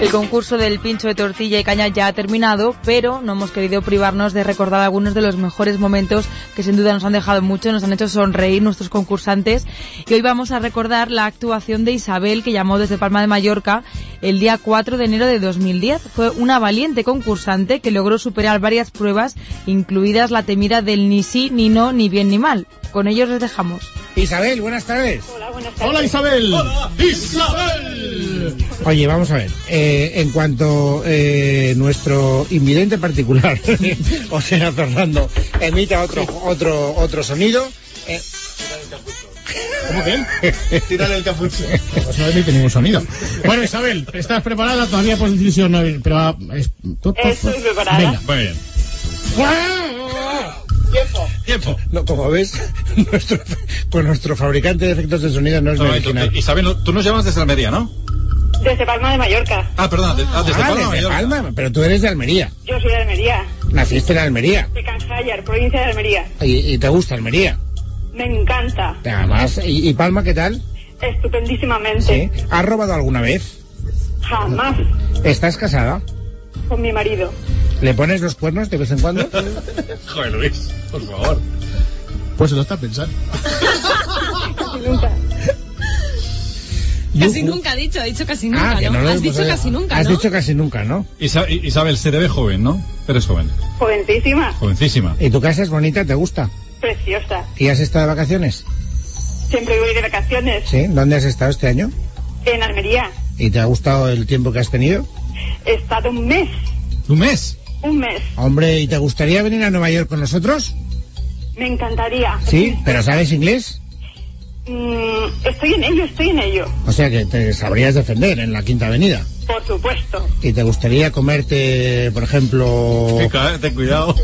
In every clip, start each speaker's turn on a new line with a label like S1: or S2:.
S1: El concurso del pincho de tortilla y caña ya ha terminado, pero no hemos querido privarnos de recordar algunos de los mejores momentos que sin duda nos han dejado mucho, nos han hecho sonreír nuestros concursantes. Y hoy vamos a recordar la actuación de Isabel, que llamó desde Palma de Mallorca el día 4 de enero de 2010. Fue una valiente concursante que logró superar varias pruebas, incluidas la temida del ni sí, ni no, ni bien ni mal. Con ellos les dejamos.
S2: Isabel, buenas tardes.
S3: Hola, buenas tardes.
S4: Hola Isabel. Isabel.
S2: Oye, vamos a ver. eh, en cuanto eh, nuestro invidente particular, o sea, Fernando, emita otro, otro, otro sonido. eh,
S4: ¿Cómo que? Tírale el capucho. Pues no emite ningún sonido. Bueno, Isabel, ¿estás preparada? Todavía por decisión no hay- pero ah, es- tú- tú-
S3: Estoy preparada.
S4: Venga, muy bien. Tiempo. Tiempo.
S2: no, como ves, nuestro, con nuestro fabricante de efectos de sonido no es
S5: No,
S2: mi
S5: tú-
S2: original.
S5: tú- Isabel, no- tú nos llamas desde Almería, ¿no?
S3: Desde Palma de Mallorca.
S5: Ah, perdona, de- ah, desde
S2: Ah,
S5: Palma.
S2: desde
S5: Mallorca.
S2: Palma, pero tú eres de Almería.
S3: Yo soy de Almería,
S2: Naciste en Almería.
S3: de Canjallar, provincia de Almería.
S2: Y, y te gusta Almería.
S3: Me encanta,
S2: Además, ¿y, y Palma qué tal? ¿Eh?
S3: estupendísimamente.
S2: ¿Has robado alguna vez?
S3: Jamás
S2: ¿Estás casada?
S3: con mi marido.
S2: ¿Le pones los cuernos de vez en cuando?
S5: Joder, Luis, por favor.
S4: Pues se lo está pensando.
S3: Casi nunca.
S6: Casi nunca ha dicho, ha dicho casi nunca,
S2: Ah, que
S6: ¿no?
S2: no lo
S6: Has
S2: hemos
S6: dicho
S2: oído.
S6: casi nunca,
S2: Has
S6: ¿no?
S2: dicho casi nunca, ¿no?
S5: Isa- I- Isabel, se te ve joven, ¿no? Eres joven,
S3: Jovencísima,
S5: jovencísima.
S2: ¿Y tu casa es bonita? ¿Te gusta?
S3: preciosa.
S2: ¿Y has estado de vacaciones?
S3: Siempre voy de vacaciones
S2: Sí. ¿Dónde has estado este año?
S3: en Almería.
S2: ¿Y te ha gustado el tiempo que has tenido?
S3: He estado un mes,
S5: ¿Un mes?
S3: un mes.
S2: Hombre, ¿y te gustaría venir a Nueva York con nosotros?
S3: Me encantaría.
S2: Sí. ¿Pero sabes inglés?
S3: Mm, estoy en ello, estoy en ello.
S2: O sea que te sabrías defender en la Quinta Avenida.
S3: Por supuesto.
S2: ¿Y te gustaría comerte, por ejemplo...
S5: Chica, eh, ten cuidado.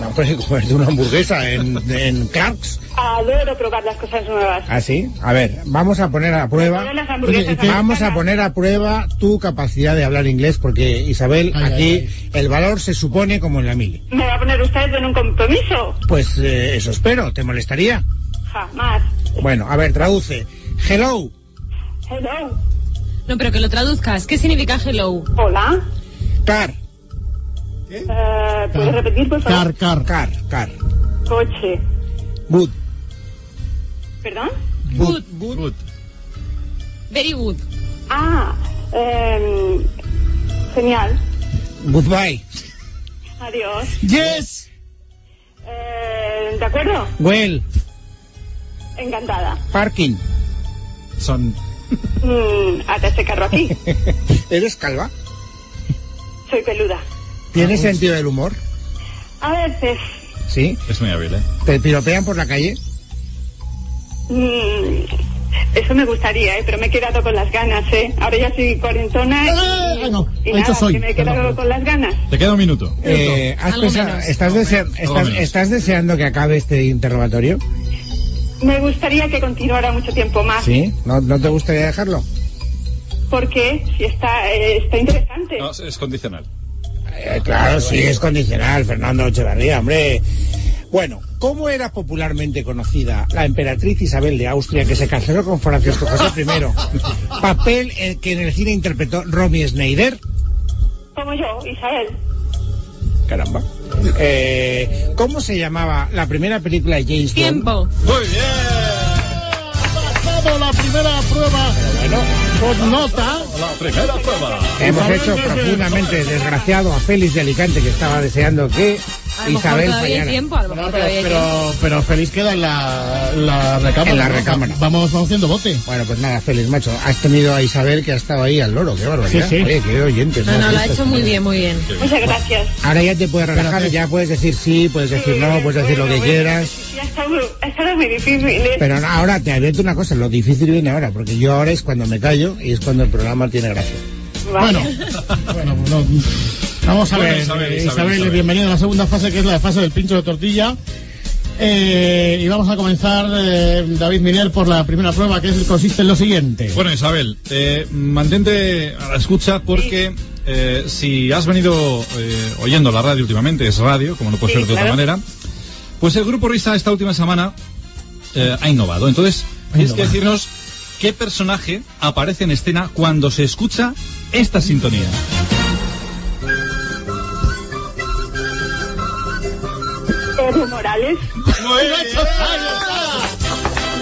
S2: No, pues, comerte una hamburguesa en, en Clark's?
S3: Adoro probar las cosas nuevas.
S2: ¿Ah, sí? A ver, vamos a poner a prueba...
S3: Todas las hamburguesas
S4: Oye, ¿y qué-
S2: Vamos a
S3: americanas.
S2: poner a prueba tu capacidad de hablar inglés porque, Isabel,
S4: Ay, ay,
S2: aquí
S4: ay.
S2: el valor se supone como en la mili.
S3: ¿Me va a poner usted en un compromiso?
S2: Pues eh, eso espero, ¿te molestaría?
S3: Jamás.
S2: Bueno, a ver, traduce. Hello.
S3: Hello.
S6: No, pero que lo traduzcas. ¿Qué significa hello?
S3: Hola.
S2: Car,
S3: Eh, ¿Puedes repetir, por favor?
S4: Car, car.
S2: car, car.
S3: Coche.
S2: Good.
S3: ¿Perdón?
S6: Good.
S5: Good.
S6: Very good.
S3: Ah, em, genial.
S2: Goodbye.
S3: Adiós.
S4: Yes.
S3: Eh, ¿De acuerdo?
S2: Well.
S3: Encantada.
S2: Parking.
S5: Son...
S3: Mm, ata este carro aquí.
S2: ¿Eres calva?
S3: Soy peluda.
S4: Ah,
S2: ¿Tienes sentido del humor?
S3: A veces.
S2: Sí.
S5: Es muy hábil, ¿eh?
S2: ¿Te piropean por la calle?
S3: mm, eso me gustaría, eh, pero me he quedado con las ganas, ¿eh? Ahora ya soy cuarentona y,
S4: Ah, no,
S3: y
S4: hecho
S3: nada,
S4: soy.
S3: que me he quedado
S4: Perdón.
S3: con las ganas.
S5: Te queda un minuto.
S2: Eh, ¿has
S6: Algo
S2: pensado-
S6: menos.
S2: ¿estás, desea- estás-
S5: menos.
S2: estás deseando que acabe este interrogatorio?
S3: Me gustaría que continuara mucho tiempo más,
S2: ¿Sí? ¿No, no te gustaría dejarlo?
S3: porque si está, eh, está interesante.
S5: No, es- es condicional.
S2: Eh, claro, sí, es condicional, Fernando Echeverría, hombre. Bueno, ¿cómo era popularmente conocida la emperatriz Isabel de Austria que se casó con Francisco José I? Papel el que en el cine interpretó Romy Schneider.
S3: Como yo, Isabel.
S2: Caramba. Eh, ¿Cómo se llamaba la primera película de James Bond?
S6: Tiempo.
S5: Muy bien.
S4: Pasamos la primera prueba
S2: Bueno,
S4: con nota.
S5: La primera prueba.
S2: hemos hecho profundamente desgraciado a Félix de Alicante que estaba deseando que
S6: A lo mejor
S2: Isabel
S6: todavía hay
S2: fallara.
S6: tiempo, a lo
S4: No,
S6: mejor
S4: pero,
S6: todavía hay tiempo.
S4: pero, pero feliz queda en la, la recámara.
S2: En la
S4: ¿no?
S2: recámara.
S4: Vamos, vamos haciendo bote.
S2: Bueno, pues nada, Félix, macho. Has tenido a Isabel que ha estado ahí al loro, qué barbaridad.
S4: Sí, sí.
S2: Oye, qué oyente.
S6: No, no, lo ha hecho muy bien, muy bien.
S3: Muchas gracias.
S2: Ahora ya te puedes relajar,
S4: Espérate.
S2: ya puedes decir sí, puedes decir no, puedes decir lo que quieras.
S3: Ya está, muy- ha estado muy difícil. ¿eh?
S2: Pero no, ahora te advierto una cosa, lo difícil viene ahora, porque yo ahora es cuando me callo y es cuando el programa tiene gracia.
S3: Vale.
S4: Bueno, bueno, pues no, vamos a
S5: Bueno,
S4: ver.
S5: Isabel,
S4: eh,
S5: Isabel,
S4: Isabel,
S5: Isabel.
S4: bienvenida a la segunda fase, que es la fase del pincho de tortilla. Eh, y vamos a comenzar, eh, David Miner, por la primera prueba, que es, consiste en lo siguiente.
S5: Bueno, Isabel, eh, mantente a la escucha porque eh, si has venido eh, oyendo la radio últimamente, es radio, como no puede
S3: Sí,
S5: ser de
S3: claro.
S5: otra manera, pues el Grupo Risa esta última semana eh, ha innovado. Entonces,
S4: Ha
S5: tienes
S4: innovado.
S5: que decirnos
S7: qué personaje aparece en escena cuando se escucha esta sintonía.
S3: Evo Morales.
S1: No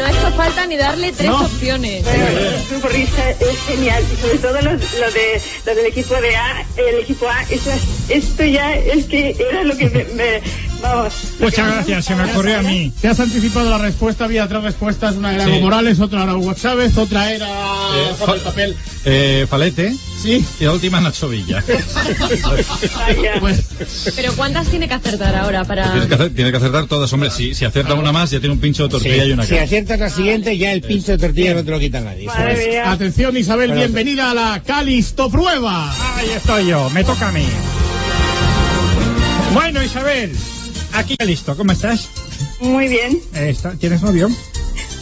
S1: ha hecho falta ni darle tres
S4: No.
S1: opciones.
S3: Bueno, su risa es genial y sobre todo los- lo, de, lo del equipo de A, el equipo A, es las- esto ya es que era lo que me, me- vamos. lo que
S8: Muchas gracias, se me ocurrió a mí.
S4: Te has anticipado la respuesta, había tres respuestas, una era
S7: Sí.
S4: Evo Morales, otra era Hugo Chávez, otra era
S7: Eh,
S4: Papel,
S7: fa-
S4: papel.
S7: Eh, Palete
S4: Sí.
S7: y la última Nacho Villa.
S3: Vaya.
S4: Pues
S1: Pero ¿cuántas tiene que acertar ahora para...?
S7: Tienes que, acer- tiene que acertar todas, hombre. Si, si acierta una más, ya tiene un pincho de tortilla y una
S2: Si
S7: cara.
S2: aciertas la siguiente, ya el pincho de tortilla no te lo quita nadie.
S3: Madre
S2: ¿sabes?
S3: mía.
S4: atención Isabel,
S2: Espérate.
S4: bienvenida a la Calisto Prueba.
S8: Ahí estoy yo, me toca a mí. Bueno, Isabel, aquí listo, ¿cómo estás?
S3: Muy bien.
S8: Eh, está- ¿Tienes novio?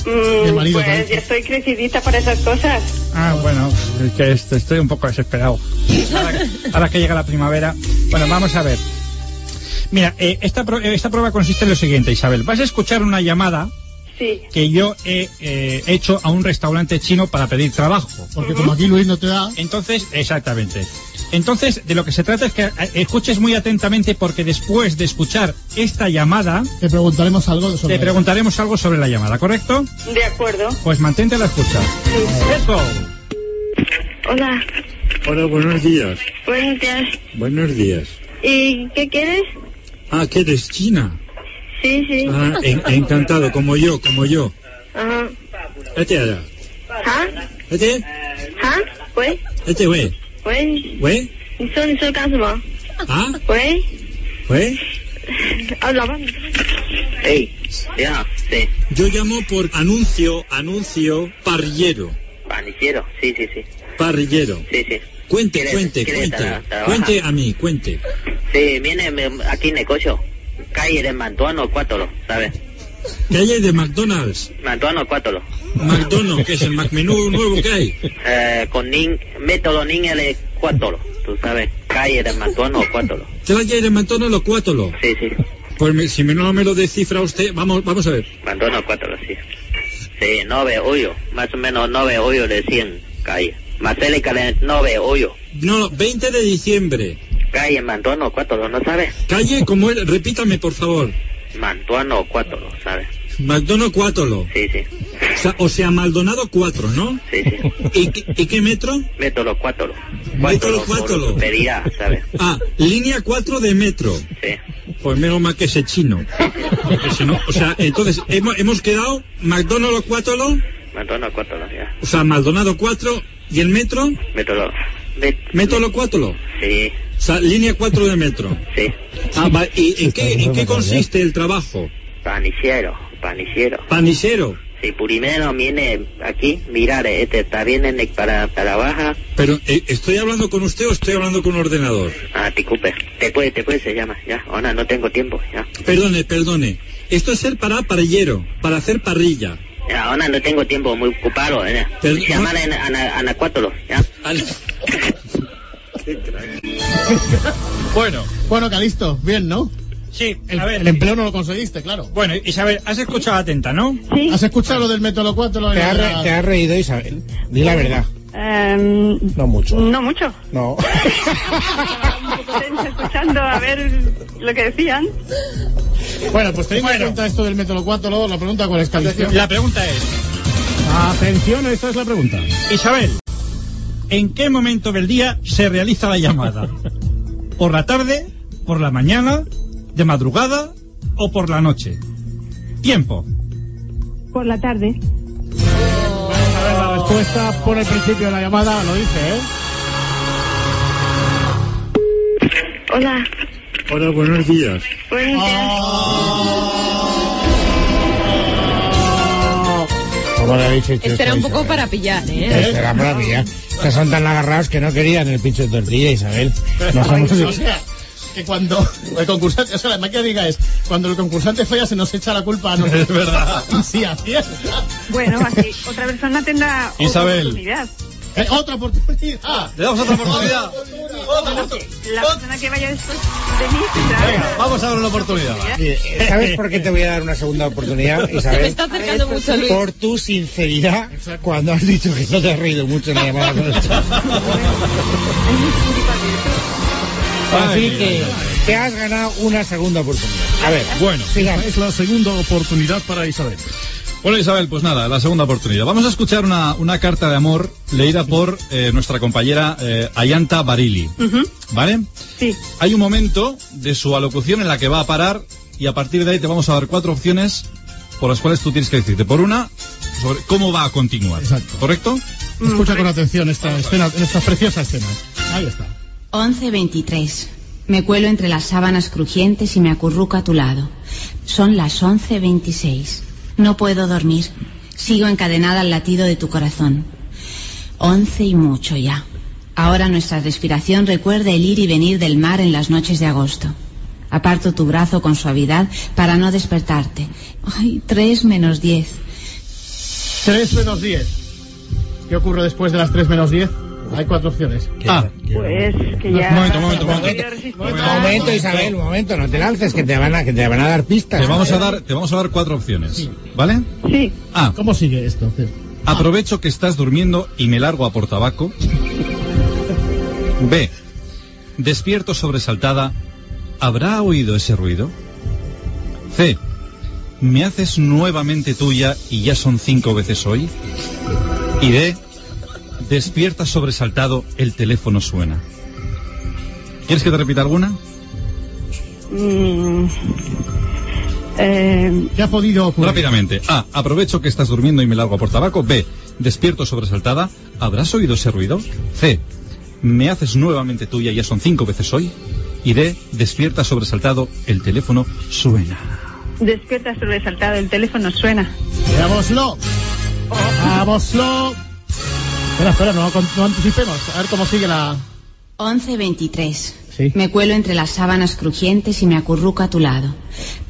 S3: Mm,
S4: El marido
S3: pues
S4: también.
S3: ya estoy crecidita para esas cosas.
S8: Ah, bueno, es que est- estoy un poco desesperado. Ahora, ahora que llega la primavera. Bueno, vamos a ver. Mira, eh, esta, pro- eh, esta prueba consiste en lo siguiente, Isabel. Vas a escuchar una llamada
S3: Sí.
S8: que yo he eh, hecho a un restaurante chino para pedir trabajo.
S4: Porque como aquí Luis no te da...
S8: Entonces, exactamente. Entonces, de lo que se trata es que eh, escuches muy atentamente porque después de escuchar esta llamada,
S4: Te preguntaremos algo sobre
S8: te preguntaremos algo sobre la llamada, ¿correcto?
S3: De acuerdo.
S8: Pues mantente a la escucha. Let's go.
S3: Hola.
S5: Hola, buenos días.
S3: Buenos días.
S5: Buenos días.
S3: ¿Y qué quieres?
S5: Ah, que eres china.
S3: Sí, sí.
S5: Ah, en- encantado, como yo, como yo.
S3: Ajá.
S5: Este allá.
S3: ¿Ah?
S5: Este,
S3: ¿Ah? ¿Wey?
S5: este, güey.
S3: ¿Wey?
S5: Güey.
S3: 你说你说干什么？
S5: Ah,
S3: 喂，
S5: güey.
S3: 啊，老爸，你
S9: Ey, ya, sí,
S5: Yo llamo por anuncio, anuncio, parrillero.
S9: panillero, sí, sí, sí,
S5: Parrillero.
S9: sí, sí.
S5: Cuente,
S9: ¿Quieres-
S5: cuente,
S9: quieres
S5: cuente.
S9: tra- trabajar?
S5: Cuente a mí, cuente.
S9: Sí, viene me- aquí en Necocho, calle de Mantuano Cuátolo, ¿sabes?
S5: Calle de McDonald's.
S9: Mantuano Cuátolo,
S5: McDonald's, que es el McMenú nuevo que hay.
S9: eh, con nin, método niña de Cuátolo, tú sabes, calle de Mantuano Cuátolo,
S5: Calle de McDonald's o Cuátolo.
S9: sí, sí,
S5: Pues me- si me- no me lo descifra usted, vamos, vamos a ver.
S9: Mantuano Cuátolo, sí. Sí, nove hoyo, más o menos nove hoyo de 100, calle. Más cerca de nove hoyo,
S5: No, 20 de diciembre.
S9: calle Mantuano Cuátolo, ¿no sabes?
S5: Calle, como es, repítame por favor.
S9: Mantuano Cuátolo, ¿sabes?
S5: McDonald's Cuátolo.
S9: Sí, sí,
S5: O sea, o sea, Maldonado 4, ¿no?
S9: sí, sí.
S5: ¿Y, qué- y qué metro?
S9: Método Cuátolo.
S5: Método
S9: por
S5: Cuátolo.
S9: Lupería, ¿sabes?
S5: Ah, línea 4 de metro.
S9: Sí.
S5: Pues menos mal que ese chino. Porque si no, o sea, entonces, hemos, hemos quedado McDonald's Cuátolo,
S9: Método Cuátolo, ya.
S5: o sea, Maldonado 4 y el metro,
S9: Método. met-
S5: método Cuátolo. O
S9: Sí,
S5: sea, línea 4 de metro.
S9: sí.
S5: Ah, va, ¿y en qué, en qué consiste el trabajo?
S9: Paniciero, paniciero.
S5: Panicero.
S9: Sí, primero viene aquí, mirar, este está bien en el para trabaja.
S5: Pero, eh, ¿estoy hablando con usted o estoy hablando con un ordenador?
S9: Ah, te cupe. Te puede, te puede, se llama, ya. Ahora no tengo tiempo, ya.
S5: Perdone, perdone. Esto es ser para parrillero, para hacer parrilla.
S9: Ya, ahora no tengo tiempo, muy ocupado, ¿eh?
S5: Pero-
S9: Llamar a Ana- Ana- Anacuátolo, ya.
S5: Al-
S8: Bueno,
S4: Bueno, Calisto, bien, ¿no?
S8: sí,
S4: El,
S8: a ver.
S5: em-
S4: el empleo no lo conseguiste, claro.
S8: Bueno, Isabel, has escuchado atenta, ¿no?
S3: Sí.
S4: ¿Has escuchado lo del método 4? Lo de
S2: ¿Te has,
S4: la-
S2: re- te has reído, Isabel? Di la verdad.
S3: Em,
S2: No mucho.
S3: no mucho.
S2: No.
S3: Estaba un poco tensa escuchando a ver lo que decían.
S4: Bueno, pues teniendo en cuenta esto del método 4, luego la pregunta cuál es, Calisto.
S8: La pregunta es,
S4: Atención, esta es la pregunta.
S8: Isabel, ¿en qué momento del día se realiza la llamada? ¿Por la tarde, por la mañana, de madrugada o por la noche? Tiempo.
S3: Por la tarde.
S4: A ver, la respuesta por el principio de la llamada lo dice, ¿eh?
S3: Hola.
S5: Hola, buenos días.
S3: Buenos días.
S2: ¿Cómo lo habéis hecho?
S1: Este era un
S2: esto,
S1: poco
S2: Isabel?
S1: para pillar, ¿eh?
S2: Esto era para mí, ¿eh? Estos son tan agarrados que no querían el pincho de tortilla, Isabel. No somos...
S4: O sea, que cuando el concursante, o sea, la máquina diga es, cuando el concursante falla se nos echa la culpa a nosotros.
S7: Es verdad.
S4: Sí, así es.
S3: Bueno, así otra persona tendrá
S7: Isabel.
S3: otra oportunidad.
S4: Eh, otra oportunidad.
S7: Le damos otra oportunidad.
S3: la persona que vaya después de mí tendrá
S5: Venga, vamos a dar una oportunidad.
S2: Eh, ¿Sabes por qué te voy a dar una segunda oportunidad,
S6: Me
S2: Isabel?
S6: está acercando mucho, Luis.
S2: Por tu sinceridad cuando has dicho que no te has reído mucho en la llamada con el chat. Así que te has ganado una segunda oportunidad. A ver,
S5: Bueno,
S2: sigamos.
S4: Es la segunda oportunidad para Isabel.
S5: Bueno, Isabel, pues nada, la segunda oportunidad. Vamos a escuchar una, una carta de amor leída por eh, nuestra compañera eh, Ayanta Barili. ¿Vale?
S3: Sí.
S5: Hay un momento de su alocución en la que va a parar y a partir de ahí te vamos a dar cuatro opciones por las cuales tú tienes que decirte. Por una, sobre cómo va a continuar.
S4: Exacto.
S5: ¿Correcto?
S3: Mm.
S4: Escucha con atención esta escena, esta preciosa escena. Ahí está.
S10: 11.23. Me cuelo entre las sábanas crujientes y me acurruco a tu lado. Son las 11.26. No puedo dormir. Sigo encadenada al latido de tu corazón. 11 y mucho ya. Ahora nuestra respiración recuerda el ir y venir del mar en las noches de agosto. Aparto tu brazo con suavidad para no despertarte. Ay, 3 menos 10.
S4: 3 menos 10. ¿Qué ocurre después de las 3 menos 10? Hay cuatro opciones.
S5: Ah,
S3: Pues que ya.
S5: Un momento, un momento, un
S3: Yo
S5: momento.
S3: resistí.
S2: Un momento, Isabel, un momento, no te lances, que te van a, que te van a dar pistas.
S5: te vamos a dar, te vamos a dar cuatro opciones. ¿Vale?
S3: Sí,
S5: A.
S4: ¿Cómo sigue esto?
S5: Aprovecho que estás durmiendo y me largo a por tabaco. B. Despierto sobresaltada. ¿Habrá oído ese ruido? C. Me haces nuevamente tuya y ya son cinco veces hoy. Y D. Despierta sobresaltado, el teléfono suena. ¿Quieres que te repita alguna?
S3: mm, eh,
S4: ¿Qué ha podido ocurrir?
S5: Pues Rápidamente. A. Aprovecho que estás durmiendo y me largo a por tabaco. B. Despierto sobresaltada. ¿Habrás oído ese ruido? C. Me haces nuevamente tuya, ya son cinco veces hoy. Y D. Despierta sobresaltado. El teléfono suena.
S3: despierta sobresaltado, el teléfono suena.
S4: Veámoslo. Veámoslo. Espera, espera, no, con- no anticipemos. A ver cómo sigue la.
S10: 11.23.
S4: Sí.
S10: Me cuelo entre las sábanas crujientes y me acurruco a tu lado.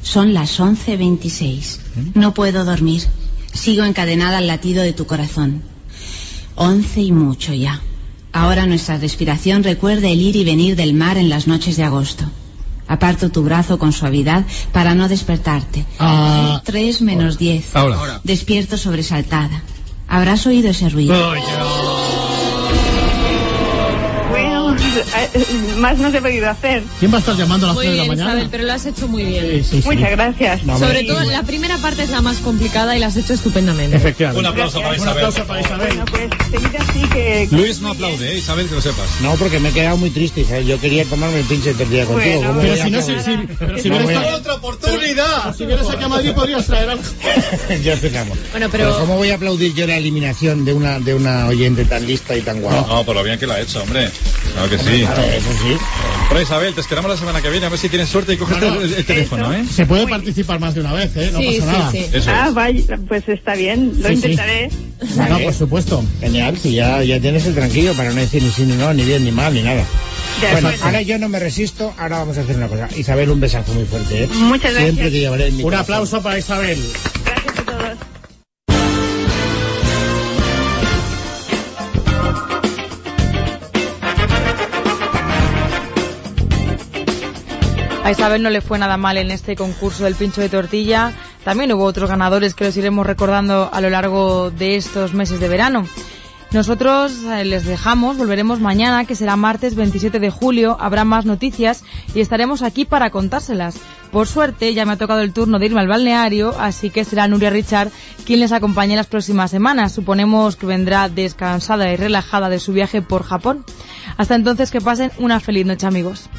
S10: Son las 11.26. No puedo dormir. Sigo encadenada al latido de tu corazón. 11 y mucho ya. Ahora nuestra respiración recuerda el ir y venir del mar en las noches de agosto. Aparto tu brazo con suavidad para no despertarte.
S4: Ah.
S10: 3 menos 10.
S5: Ahora.
S10: Despierto sobresaltada. ¿Habrás oído ese ruido?
S3: Bueno, eh, más no se ha podido hacer.
S4: ¿Quién va a estar llamando a las
S6: Muy
S4: 3 de la
S6: bien,
S4: mañana?
S6: Isabel, pero lo has hecho muy bien.
S4: Sí, sí, sí.
S3: Muchas gracias.
S6: Sobre todo, la primera parte es la más complicada y la has hecho estupendamente.
S5: Un
S4: Efectivamente.
S5: aplauso para
S4: Un aplauso
S5: Isabel.
S4: para Isabel.
S3: Bueno, pues seguid así que.
S5: Luis no aplaude, ¿eh? Isabel, que lo sepas.
S2: No, porque me he quedado muy triste, Isabel. Yo quería tomarme el pinche tortilla contigo.
S3: Bueno,
S2: ¿Cómo
S4: Pero
S2: voy a
S4: si no, si,
S2: aplaudir?
S4: si, pero si
S2: No
S4: vienes
S2: voy a-
S4: a otra oportunidad. Si vienes aquí a Madrid podrías traer algo.
S2: ya empezamos.
S6: Bueno,
S2: Pero
S6: pero
S2: ¿cómo voy a aplaudir yo la eliminación de una, de una oyente tan lista y tan guapa?
S5: No, por lo bien que lo ha hecho, hombre. Claro que sí.
S2: Claro, eso sí.
S5: Pero Isabel, te esperamos la semana que viene a ver si tienes suerte y coges
S4: Claro.
S5: el, el teléfono, ¿eh?
S4: Se puede participar más de una vez, ¿eh? No
S6: sí,
S4: pasa nada.
S6: sí, sí.
S5: Eso
S3: Ah,
S5: es.
S3: vaya, pues está bien, lo
S4: Sí, sí.
S3: intentaré.
S4: No, por supuesto.
S2: Genial, si ya, ya tienes el tranquillo para no decir ni sí ni no, ni bien ni mal, ni nada.
S3: De
S2: Bueno,
S3: acuerdo.
S2: ahora yo no me resisto, ahora vamos a hacer una cosa. Isabel, un besazo muy fuerte, ¿eh?
S3: Muchas gracias.
S2: Siempre te llevaré en mi
S4: Un
S2: corazón.
S4: aplauso para Isabel.
S3: Gracias a todos.
S1: A Isabel no le fue nada mal en este concurso del pincho de tortilla. También hubo otros ganadores que los iremos recordando a lo largo de estos meses de verano. Nosotros eh, les dejamos, volveremos mañana, que será martes 27 de julio, habrá más noticias y estaremos aquí para contárselas. Por suerte, ya me ha tocado el turno de irme al balneario, así que será Nuria Richard quien les acompañe en las próximas semanas. Suponemos que vendrá descansada y relajada de su viaje por Japón. Hasta entonces, que pasen una feliz noche, amigos.